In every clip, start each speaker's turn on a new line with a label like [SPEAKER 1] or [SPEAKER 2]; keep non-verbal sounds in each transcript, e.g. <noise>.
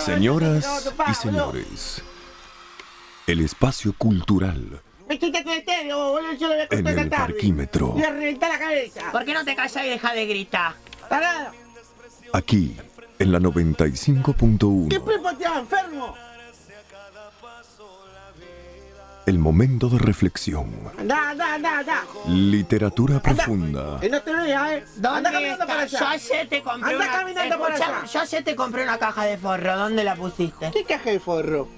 [SPEAKER 1] Señoras y señores, el espacio cultural
[SPEAKER 2] este,
[SPEAKER 1] en el parquímetro.
[SPEAKER 2] Le revienta la cabeza.
[SPEAKER 3] ¿Por qué no te callas y deja de gritar?
[SPEAKER 2] Parado.
[SPEAKER 1] Aquí, en la
[SPEAKER 2] ¿Qué
[SPEAKER 1] 95.1,
[SPEAKER 2] pipo te va, enfermo?
[SPEAKER 1] el momento de reflexión,
[SPEAKER 2] Anda, anda, anda, anda.
[SPEAKER 1] literatura profunda,
[SPEAKER 2] Y no te veas, eh.
[SPEAKER 3] ¿Dónde
[SPEAKER 2] Anda caminando
[SPEAKER 3] está?
[SPEAKER 2] para allá.
[SPEAKER 3] Yo ayer te compré
[SPEAKER 2] Anda
[SPEAKER 3] una...
[SPEAKER 2] caminando para
[SPEAKER 3] Escuchame,
[SPEAKER 2] allá.
[SPEAKER 3] Yo ayer te compré una caja de forro. ¿Dónde la pusiste?
[SPEAKER 2] ¿Qué caja de forro?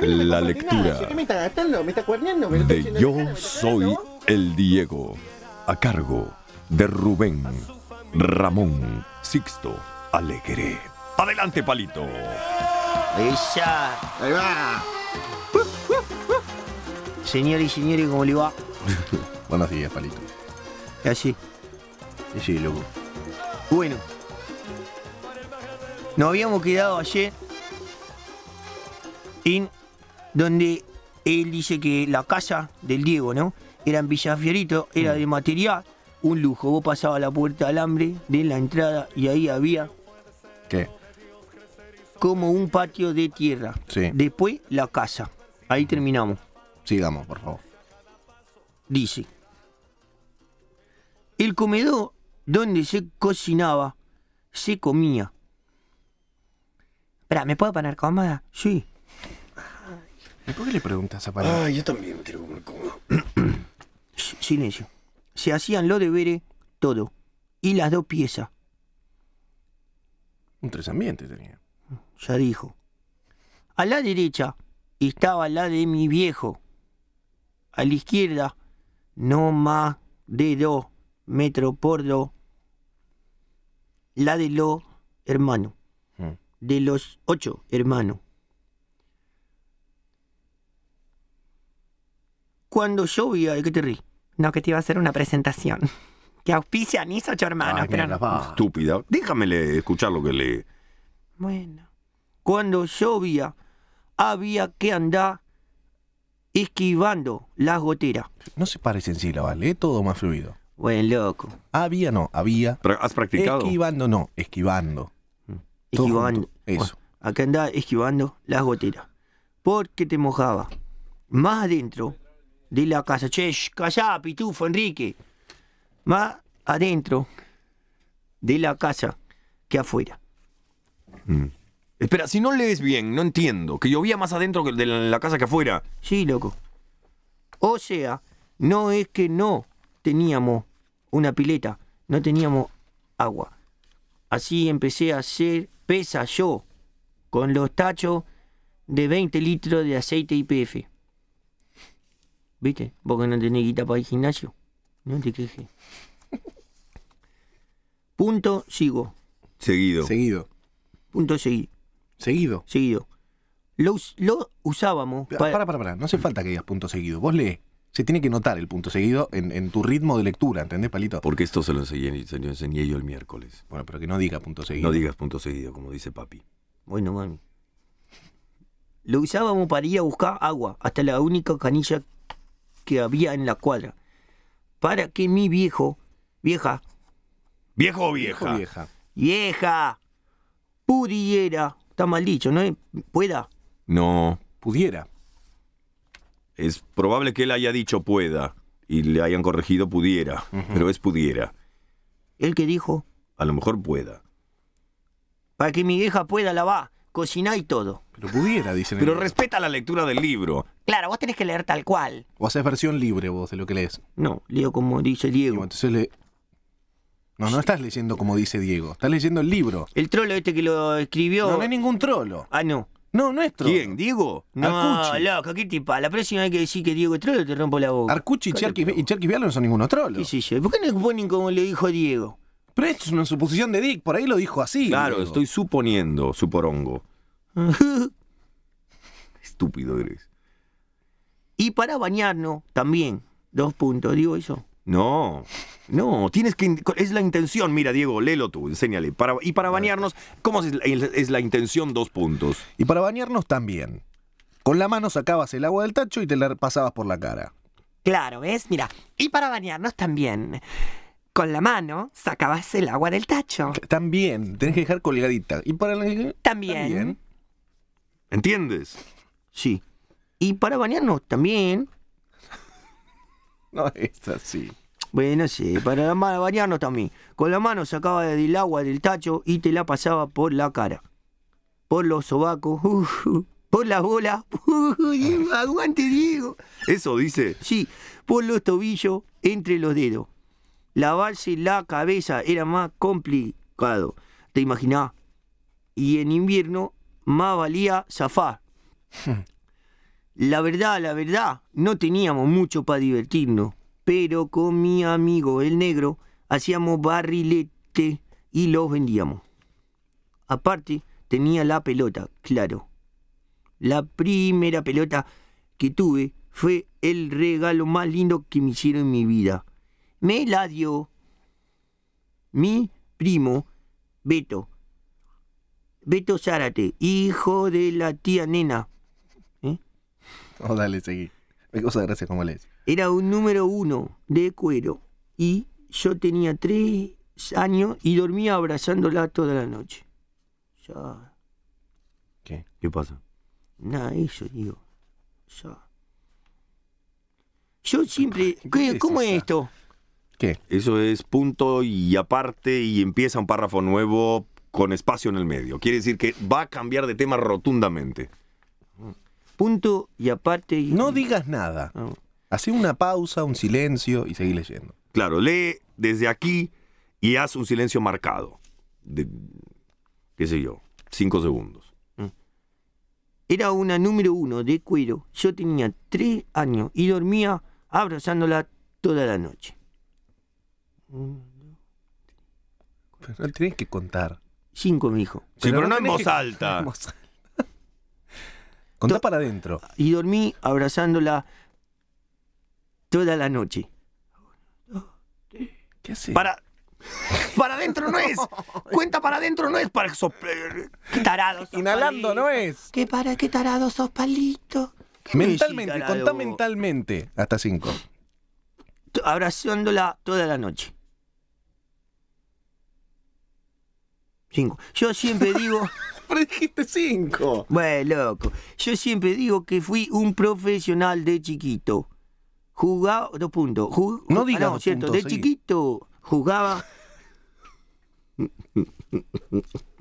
[SPEAKER 1] La
[SPEAKER 2] compra ni nada,
[SPEAKER 1] lectura.
[SPEAKER 2] ¿sí? ¿Qué me está gastando? ¿Me está cuerneando? ¿Me lo está
[SPEAKER 1] de
[SPEAKER 2] haciendo dejar? ¿Me
[SPEAKER 1] Yo
[SPEAKER 2] está
[SPEAKER 1] Soy
[SPEAKER 2] cagando?
[SPEAKER 1] el Diego, a cargo de Rubén Ramón Sixto Alegre. Adelante, palito.
[SPEAKER 4] Esa.
[SPEAKER 2] Ahí va.
[SPEAKER 4] Señores y señores, ¿cómo le va?
[SPEAKER 5] Buenos días, Palito.
[SPEAKER 4] Así. Sí, loco. Bueno. Nos habíamos quedado ayer en donde él dice que la casa del Diego, ¿no? Era en Villafiorito, era de material, un lujo. Vos pasabas la puerta de alambre de la entrada y ahí había
[SPEAKER 5] ¿Qué?
[SPEAKER 4] como un patio de tierra.
[SPEAKER 5] Sí.
[SPEAKER 4] Después la casa. Ahí terminamos.
[SPEAKER 5] Sigamos, por favor.
[SPEAKER 4] dice, el comedor donde se cocinaba, se comía. Espera, ¿me puedo poner cómoda? Sí.
[SPEAKER 5] ¿Y por qué le preguntas a Palito?
[SPEAKER 6] Ah, yo también me quiero comer como.
[SPEAKER 4] S- silencio. Se hacían los deberes, todo. Y las dos piezas,
[SPEAKER 5] Un tres ambientes tenía.
[SPEAKER 4] ya dijo. A la derecha estaba la de mi viejo. A la izquierda, no más de dos metros por dos, la de los hermanos.
[SPEAKER 5] Mm.
[SPEAKER 4] de los ocho hermanos. Cuando yo vi a... ¿De qué te rí? No, que te iba a hacer una presentación. <laughs> Que auspician mis ocho hermanos,
[SPEAKER 5] Ay,
[SPEAKER 4] pero
[SPEAKER 5] mira,
[SPEAKER 4] Ah, no.
[SPEAKER 5] va.
[SPEAKER 6] Estúpida. Déjamele escuchar lo que le.
[SPEAKER 4] Bueno. Cuando llovía, había que andar esquivando las goteras.
[SPEAKER 5] No se parecen sílabas, lee todo más fluido.
[SPEAKER 4] Buen loco.
[SPEAKER 5] Había, no, había.
[SPEAKER 6] Pra- ¿Has practicado?
[SPEAKER 5] Esquivando, no, esquivando. Todo
[SPEAKER 4] Esquivando.
[SPEAKER 5] junto. Eso.
[SPEAKER 4] Bueno, acá andaba esquivando las goteras. Porque te mojaba. Más adentro de la casa. Che, sh, callá, pitufo, Enrique. Más adentro de la casa que afuera.
[SPEAKER 6] Espera, si no lees bien, no entiendo. Que llovía más adentro que de la- la casa que afuera.
[SPEAKER 4] Sí, loco. O sea, no es que no teníamos una pileta, no teníamos agua. Así empecé a hacer pesa yo con los tachos de 20 litros de aceite IPF. ¿Viste? Vos que no tenés guita para el gimnasio. No te quejes. Punto, sigo.
[SPEAKER 6] Seguido.
[SPEAKER 5] Seguido.
[SPEAKER 4] Punto, seguido.
[SPEAKER 5] Seguido.
[SPEAKER 4] Seguido. Lo, us- lo usábamos
[SPEAKER 5] Para, para, para. No hace falta que digas punto seguido. Vos lees. Se tiene que notar el punto seguido en, en tu ritmo de lectura, ¿entendés, Palito?
[SPEAKER 6] Porque esto se lo enseñé, se lo enseñé yo el miércoles.
[SPEAKER 5] Bueno, pero que no diga punto seguido.
[SPEAKER 6] No digas punto seguido, como dice papi.
[SPEAKER 4] Bueno, mami. Lo usábamos para ir a buscar agua hasta la única canilla que había en la cuadra. Para que mi viejo, vieja,
[SPEAKER 6] ¿Viejo o
[SPEAKER 5] Hijo
[SPEAKER 6] vieja?
[SPEAKER 5] vieja.
[SPEAKER 4] vieja, pudiera, está mal dicho, ¿no? es? Pueda.
[SPEAKER 6] No.
[SPEAKER 5] Pudiera.
[SPEAKER 6] Es probable que él haya dicho pueda y le hayan corregido pudiera, pero es pudiera.
[SPEAKER 4] El que dijo,
[SPEAKER 6] A lo mejor pueda.
[SPEAKER 4] para que mi vieja pueda lavar, cocinar y todo.
[SPEAKER 5] Pero pudiera, dicen. en
[SPEAKER 6] Pero
[SPEAKER 5] el-
[SPEAKER 6] respeta la lectura del libro.
[SPEAKER 4] Claro, vos tenés que leer tal cual.
[SPEAKER 5] O haces versión libre vos de lo que lees.
[SPEAKER 4] No, leo como dice
[SPEAKER 5] Y bueno,
[SPEAKER 4] Diego.
[SPEAKER 5] entonces le. No, no estás leyendo como dice Diego. Estás leyendo el libro.
[SPEAKER 4] El trolo este que lo escribió.
[SPEAKER 5] No, no hay ningún trolo.
[SPEAKER 4] Ah, no.
[SPEAKER 5] No, no es trolo.
[SPEAKER 6] ¿Quién? ¿Diego?
[SPEAKER 4] No,
[SPEAKER 5] Acucci.
[SPEAKER 4] loco, qué tipa. La próxima vez que decís que Diego es trolo te rompo la boca.
[SPEAKER 5] Arcucci y Cherkis y Cherkis Vialo no son ninguno trolo.
[SPEAKER 4] ¿Qué sé yo? ¿Por qué no ponen como le dijo Diego? <laughs>
[SPEAKER 5] Pero esto es una suposición de Dick, por ahí lo dijo así.
[SPEAKER 6] Claro,
[SPEAKER 5] Diego.
[SPEAKER 6] estoy suponiendo, suporongo. Estúpido eres.
[SPEAKER 4] y para bañarnos también. Dos puntos, digo eso.
[SPEAKER 6] No, no, tienes que. Es la intención. Mira, Diego, léelo tú, enséñale. Para, y para bañarnos, ¿cómo es la, es la intención? Dos puntos.
[SPEAKER 5] Y para bañarnos también. Con la mano sacabas el agua del tacho y te la pasabas por la cara.
[SPEAKER 3] Claro, ¿ves? Mira, y para bañarnos también. Con la mano sacabas el agua del tacho.
[SPEAKER 5] También, tenés que dejar colgadita. Y para la-
[SPEAKER 3] También.
[SPEAKER 6] ¿Entiendes?
[SPEAKER 4] Sí. Y para bañarnos también.
[SPEAKER 5] No <laughs> es así.
[SPEAKER 4] Bueno, sí, para ba- bañarnos también. Con la mano sacaba del agua del tacho y te la pasaba por la cara. Por los sobacos. <laughs> por las <laughs> bolas. aguante, Diego.
[SPEAKER 6] Eso dice.
[SPEAKER 4] Sí, por los tobillos, entre los dedos. Lavarse la cabeza era más complicado, te imaginás. Y en invierno más valía zafar. La verdad, la verdad, no teníamos mucho para divertirnos, pero con mi amigo el negro hacíamos barrilete y los vendíamos. Aparte, tenía la pelota, claro. La primera pelota que tuve fue el regalo más lindo que me hicieron en mi vida. Me la dio mi primo Beto. Beto Zárate, hijo de la tía nena.
[SPEAKER 5] No, dale, seguí. Me cosa gracias como lees.
[SPEAKER 4] Era un número uno de cuero y yo tenía tres años y dormía abrazándola toda la noche. Ya,
[SPEAKER 5] ¿Qué?
[SPEAKER 6] ¿Qué pasa?
[SPEAKER 4] nada, eso digo. Ya. Yo siempre... ¿Qué-
[SPEAKER 5] es
[SPEAKER 4] ¿Cómo es
[SPEAKER 5] esa?
[SPEAKER 4] esto?
[SPEAKER 5] ¿Qué?
[SPEAKER 6] Eso es punto y aparte y empieza un párrafo nuevo con espacio en el medio. Quiere decir que va a cambiar de tema rotundamente.
[SPEAKER 4] Punto y aparte... y-
[SPEAKER 5] No digas nada.
[SPEAKER 4] Ah.
[SPEAKER 5] Hacé una pausa, un silencio y seguí leyendo.
[SPEAKER 6] Claro, lee desde aquí y haz un silencio marcado. De, qué sé yo, cinco segundos.
[SPEAKER 4] Era una número uno de cuero. Yo tenía tres años y dormía abrazándola toda la noche.
[SPEAKER 5] Pero no tenés que contar.
[SPEAKER 4] Cinco, me dijo.
[SPEAKER 6] Sí, pero no en
[SPEAKER 5] tenés
[SPEAKER 6] voz
[SPEAKER 5] que-
[SPEAKER 6] alta.
[SPEAKER 5] <laughs> en voz alta. Ah, Contá para adentro.
[SPEAKER 4] Y dormí abrazándola toda la noche.
[SPEAKER 5] ¿Qué haces?
[SPEAKER 6] Para. Para adentro no
[SPEAKER 5] <laughs>
[SPEAKER 6] es. Cuenta para adentro no es para soplar.
[SPEAKER 3] Qué tarado sos,
[SPEAKER 5] Inhalando,
[SPEAKER 3] palito.
[SPEAKER 5] ¿no es?
[SPEAKER 3] Qué para, qué tarado sos, palito.
[SPEAKER 5] Mentalmente,
[SPEAKER 4] música, la de
[SPEAKER 5] contá
[SPEAKER 4] vos?
[SPEAKER 5] mentalmente. Hasta cinco.
[SPEAKER 4] T- Abrazándola toda la noche. Cinco. Yo
[SPEAKER 5] <laughs>
[SPEAKER 4] siempre digo...
[SPEAKER 5] Pero dijiste cinco.
[SPEAKER 4] Bueno, loco, yo siempre digo que fui un profesional de chiquito. Jugaba, dos puntos. ju-
[SPEAKER 5] No
[SPEAKER 4] ju-
[SPEAKER 5] digas dos
[SPEAKER 4] cierto,
[SPEAKER 5] puntos,
[SPEAKER 4] de
[SPEAKER 5] seguí.
[SPEAKER 4] chiquito jugaba.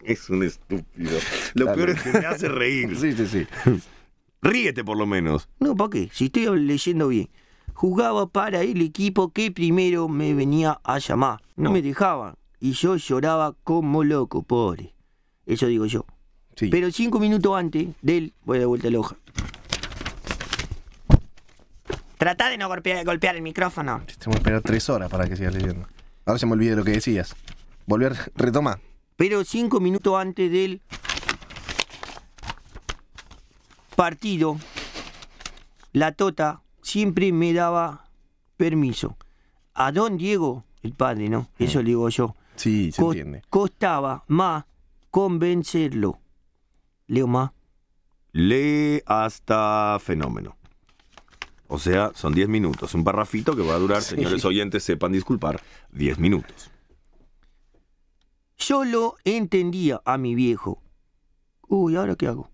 [SPEAKER 6] Es un estúpido. Lo
[SPEAKER 5] Dale.
[SPEAKER 6] peor es que me hace reír.
[SPEAKER 5] Sí, sí, sí.
[SPEAKER 6] <laughs> Ríete por lo menos.
[SPEAKER 4] No, ¿para qué? Si estoy leyendo bien. Jugaba para el equipo que primero me venía a llamar. No, me dejaban. Y yo lloraba como loco, pobre. Eso digo yo.
[SPEAKER 5] Sí.
[SPEAKER 4] Pero cinco minutos antes del. Voy de vuelta a la hoja.
[SPEAKER 3] Tratá de no golpear, golpear el micrófono.
[SPEAKER 5] Tengo que esperar tres horas para que sigas leyendo. Ahora se me olvida lo que decías. Volver, retoma.
[SPEAKER 4] pero cinco minutos antes del partido, la Tota siempre me daba permiso. A don Diego, el padre, ¿no? Eso le digo yo.
[SPEAKER 5] Sí, Mm. se
[SPEAKER 4] Co-
[SPEAKER 5] entiende.
[SPEAKER 4] Costaba más convencerlo. Leo más.
[SPEAKER 6] Lee hasta fenómeno. O sea, son 10 minutos. Un parrafito que va a durar, señores oyentes, sepan disculpar, 10 minutos.
[SPEAKER 4] Yo lo entendía a mi viejo. Uy, ¿ahora qué hago?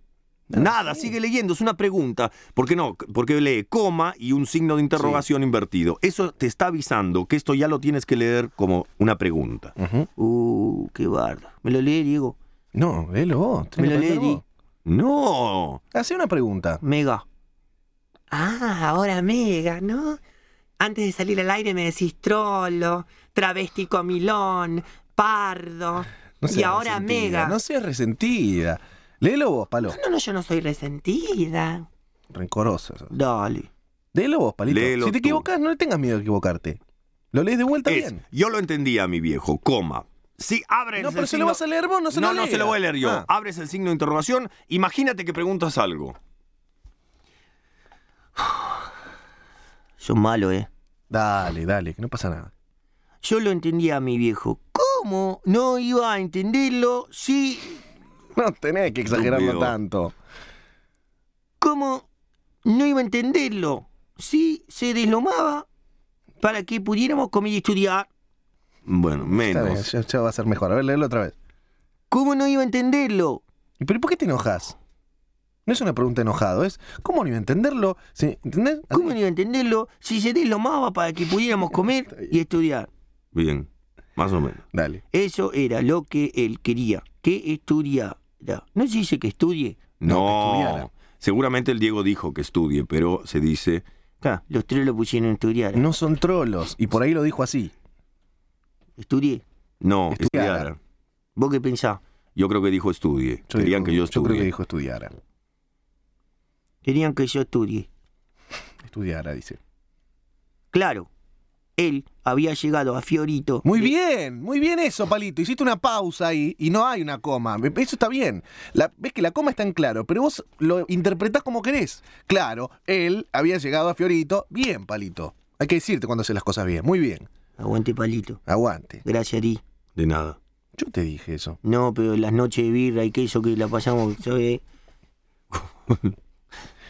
[SPEAKER 6] Nada, sigue leyendo, es una pregunta. ¿Por qué no? Porque lee coma y un signo de interrogación invertido. Eso te está avisando que esto ya lo tienes que leer como una pregunta.
[SPEAKER 5] Ujú.
[SPEAKER 4] Uh, qué bardo. Me lo leí, Diego.
[SPEAKER 5] No, léelo vos. tenés
[SPEAKER 4] Me
[SPEAKER 5] que
[SPEAKER 4] lo
[SPEAKER 5] aprender
[SPEAKER 4] leí.
[SPEAKER 5] vos.
[SPEAKER 6] No.
[SPEAKER 5] Hacé una pregunta.
[SPEAKER 4] Mega.
[SPEAKER 3] Ah, ahora mega, ¿no? Antes de salir al aire me decís trolo, travesti comilón, pardo.
[SPEAKER 5] No
[SPEAKER 3] y
[SPEAKER 5] seas
[SPEAKER 3] ahora
[SPEAKER 5] resentida,
[SPEAKER 3] mega.
[SPEAKER 5] No seas resentida. Léelo vos, palo.
[SPEAKER 3] No, no, yo no soy resentida.
[SPEAKER 5] Rencorosa. sos.
[SPEAKER 4] Dale.
[SPEAKER 5] Léelo vos, palito.
[SPEAKER 6] Léelo
[SPEAKER 5] si te
[SPEAKER 6] tú.
[SPEAKER 5] equivocas, no le tengas miedo a equivocarte. Lo lees de vuelta
[SPEAKER 6] Es,
[SPEAKER 5] bien.
[SPEAKER 6] yo lo entendía, mi viejo, coma. Si abres
[SPEAKER 5] No,
[SPEAKER 6] el
[SPEAKER 5] pero se
[SPEAKER 6] signo-
[SPEAKER 5] lo vas a leer vos, no se
[SPEAKER 6] no,
[SPEAKER 5] lo
[SPEAKER 6] no se lo voy a leer yo.
[SPEAKER 5] Ah.
[SPEAKER 6] Abres el signo de interrogación, imagínate que preguntas algo.
[SPEAKER 4] Son malo, ¿eh?
[SPEAKER 5] Dale, dale, que no pasa nada.
[SPEAKER 4] Yo lo entendía a mi viejo. ¿Cómo no iba a entenderlo si...
[SPEAKER 5] No tenés que exagerarlo
[SPEAKER 6] Estúpido.
[SPEAKER 5] tanto.
[SPEAKER 4] ¿Cómo no iba a entenderlo si se deslomaba para que pudiéramos comer y estudiar?
[SPEAKER 6] Bueno,
[SPEAKER 5] Está bien,
[SPEAKER 6] menos.
[SPEAKER 5] ya, ya va a ser mejor. A ver, léelo otra vez.
[SPEAKER 4] ¿Cómo no iba a entenderlo?
[SPEAKER 5] ¿Y pero por qué te enojas? No es una pregunta enojado, es ¿cómo no iba a entenderlo? Sí, ¿Entendés?
[SPEAKER 4] ¿Cómo no iba a entenderlo si se deslomaba para que pudiéramos <laughs> comer y estudiar?
[SPEAKER 6] Bien, más o menos.
[SPEAKER 5] Dale.
[SPEAKER 4] Eso era lo que él quería, que estudiara. No se dice que estudie.
[SPEAKER 5] No,
[SPEAKER 6] No,
[SPEAKER 5] que estudiara.
[SPEAKER 6] seguramente el Diego dijo que estudie, pero se dice, "Ah,
[SPEAKER 4] Acá, los tres lo pusieron a estudiar.
[SPEAKER 5] No son trolos. Y por ahí lo dijo así.
[SPEAKER 4] Estudié.
[SPEAKER 6] no,
[SPEAKER 5] Estudiara.
[SPEAKER 6] estudiara.
[SPEAKER 4] ¿Vos qué pensás?
[SPEAKER 6] Yo creo que dijo estudie.
[SPEAKER 5] Yo
[SPEAKER 6] Querían
[SPEAKER 5] digo-
[SPEAKER 6] que yo
[SPEAKER 5] Yo creo que
[SPEAKER 6] estudie.
[SPEAKER 5] dijo estudiara.
[SPEAKER 4] Querían que yo estudie.
[SPEAKER 5] Estudiara, dice.
[SPEAKER 4] Claro, él había llegado a Fiorito.
[SPEAKER 5] Muy bien, muy bien eso, Palito. Hiciste una pausa ahí y no hay una coma. Eso está bien. La, ves que la coma está en claro, pero vos lo interpretás como querés. Claro, él había llegado a Fiorito. Bien, Palito. Hay que decirte cuando haces las cosas bien. Muy bien.
[SPEAKER 4] Aguante palito.
[SPEAKER 5] Aguante.
[SPEAKER 4] Gracias, Di.
[SPEAKER 6] De nada.
[SPEAKER 5] Yo te dije eso.
[SPEAKER 4] No, pero las noches de birra y queso que la pasamos, <laughs> ¿sabes?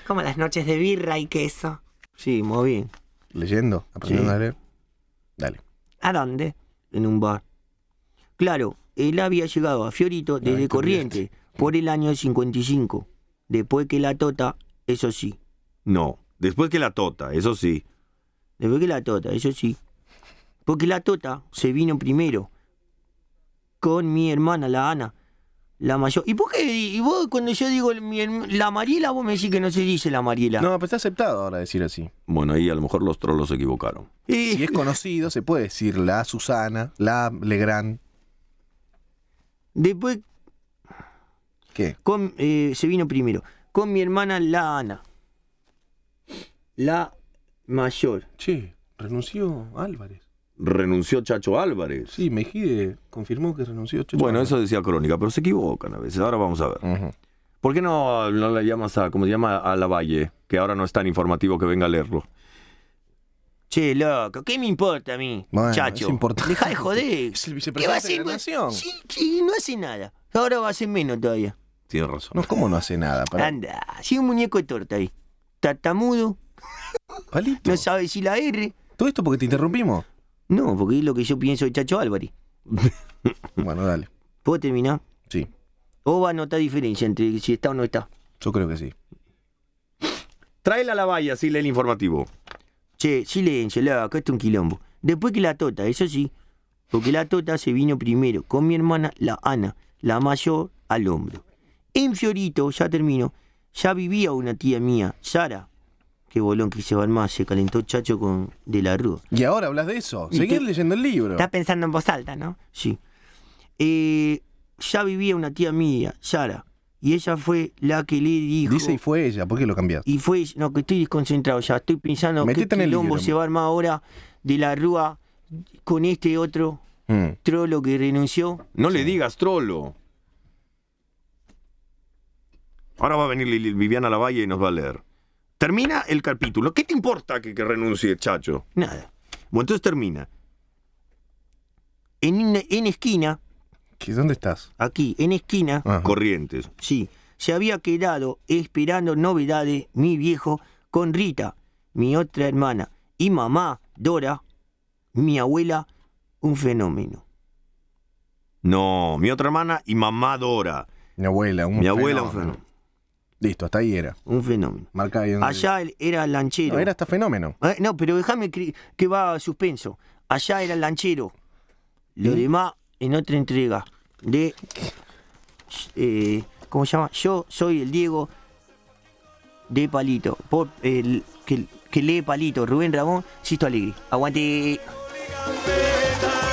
[SPEAKER 3] Como las noches de birra y queso.
[SPEAKER 4] Sí, más bien.
[SPEAKER 5] Leyendo, aprendiendo
[SPEAKER 4] Sí.
[SPEAKER 5] a leer. Dale.
[SPEAKER 3] ¿A dónde?
[SPEAKER 4] en un bar. Claro, él había llegado a Fiorito desde
[SPEAKER 5] entendí.
[SPEAKER 4] Corriente por el año 55, después que la Tota, eso sí,
[SPEAKER 6] No, después que la tota, eso sí.
[SPEAKER 4] después que la Tota, eso sí, porque la Tota se vino primero con mi hermana, la Ana, la mayor. ¿Y por qué? ¿Y vos cuando yo digo mi herm- la Mariela, vos me decís que no se dice la Mariela?
[SPEAKER 5] No, pero está aceptado ahora decir así.
[SPEAKER 6] Bueno, ahí a lo mejor los trolos se equivocaron.
[SPEAKER 4] Eh,
[SPEAKER 5] Si es conocido, se puede decir la Susana, la Legrand.
[SPEAKER 4] Después
[SPEAKER 5] ¿Qué?
[SPEAKER 4] con, eh, se vino primero con mi hermana, la Ana, la mayor.
[SPEAKER 5] Che, renunció Álvarez.
[SPEAKER 6] Renunció Chacho Álvarez.
[SPEAKER 5] Sí, Mejide confirmó que renunció.
[SPEAKER 6] Bueno, eso decía Crónica, pero se equivocan a veces. Ahora vamos a ver. ¿Por qué no, no la llamas a, como se llama, a la Valle? Que ahora no es tan informativo que venga a leerlo.
[SPEAKER 4] Che, loco, ¿qué me importa a mí,
[SPEAKER 5] Bueno,
[SPEAKER 4] chacho?
[SPEAKER 5] es importante.
[SPEAKER 4] Deja de joder.
[SPEAKER 5] <laughs> Es el
[SPEAKER 4] ¿Qué va a
[SPEAKER 5] vicepresidente
[SPEAKER 4] hacer?
[SPEAKER 5] de la nación.
[SPEAKER 4] Sí, sí, no hace nada. Ahora va a hacer menos todavía.
[SPEAKER 6] Tienes razón.
[SPEAKER 5] No, ¿cómo no hace nada? Pará.
[SPEAKER 4] Anda, sí, un muñeco de torta ahí. Tartamudo,
[SPEAKER 5] Palito.
[SPEAKER 4] no sabe si la R.
[SPEAKER 5] Todo esto porque te interrumpimos.
[SPEAKER 4] No, porque es lo que yo pienso de Chacho Álvarez.
[SPEAKER 5] Bueno, dale.
[SPEAKER 4] ¿Puedo terminar?
[SPEAKER 5] Sí,
[SPEAKER 4] ¿O va a notar diferencia entre si está o no está?
[SPEAKER 5] yo creo que sí.
[SPEAKER 6] Tráela a la Valle, así lee el informativo.
[SPEAKER 4] Che, silencio, loco, esto es un quilombo. Después que la Tota, eso sí. Porque la Tota se vino primero con mi hermana, la Ana, la mayor, al hombro. En Fiorito, ya termino, ya vivía una tía mía, Sara. Qué bolón que se van más, se calentó Chacho con De la Rúa.
[SPEAKER 5] Y ahora hablas de eso.
[SPEAKER 3] Y
[SPEAKER 5] Seguir
[SPEAKER 3] te-
[SPEAKER 5] leyendo el libro.
[SPEAKER 3] Está pensando en voz alta, ¿no?
[SPEAKER 4] Sí. Eh, ya vivía una tía mía, Sara. Y ella fue la que le dijo...
[SPEAKER 5] Dice y fue ella. ¿Por qué lo cambiaste?
[SPEAKER 4] Y fue, no, que estoy desconcentrado ya, estoy pensando que
[SPEAKER 5] Metete en el
[SPEAKER 4] quilombo
[SPEAKER 5] libro.
[SPEAKER 4] se va a armar ahora de la Rúa con este otro
[SPEAKER 5] Mm.
[SPEAKER 4] trolo que renunció.
[SPEAKER 6] No le digas trolo. Ahora va a venir Lili- Viviana Lavalle y nos va a leer. Termina el capítulo. ¿Qué te importa que, que renuncie, chacho?
[SPEAKER 4] Nada.
[SPEAKER 6] Bueno, entonces termina.
[SPEAKER 4] En, una- en esquina,
[SPEAKER 5] ¿Qué- ¿Dónde estás?
[SPEAKER 4] aquí, en esquina,
[SPEAKER 5] Ah.
[SPEAKER 6] Corrientes.
[SPEAKER 4] sí, se había quedado esperando novedades mi viejo con Rita, mi otra hermana, y mamá, Dora, mi abuela, un fenómeno.
[SPEAKER 6] No, mi otra hermana y mamá Dora.
[SPEAKER 5] Mi abuela. Un
[SPEAKER 6] mi abuela, un
[SPEAKER 5] fenómeno.
[SPEAKER 6] fenómeno.
[SPEAKER 5] Listo, hasta ahí era.
[SPEAKER 4] Un fenómeno.
[SPEAKER 5] Marca ahí. donde-
[SPEAKER 4] Allá él era lanchero.
[SPEAKER 5] No, era hasta fenómeno.
[SPEAKER 4] Eh, No, pero déjame cri- que va a suspenso. Allá era el lanchero. Lo demás en otra entrega. De. eh, ¿Cómo se llama? Yo soy el Diego de Palito. Por, el, que, que lee Palito. Rubén Ramón, Sisto Alegre. Aguante.
[SPEAKER 7] gigante,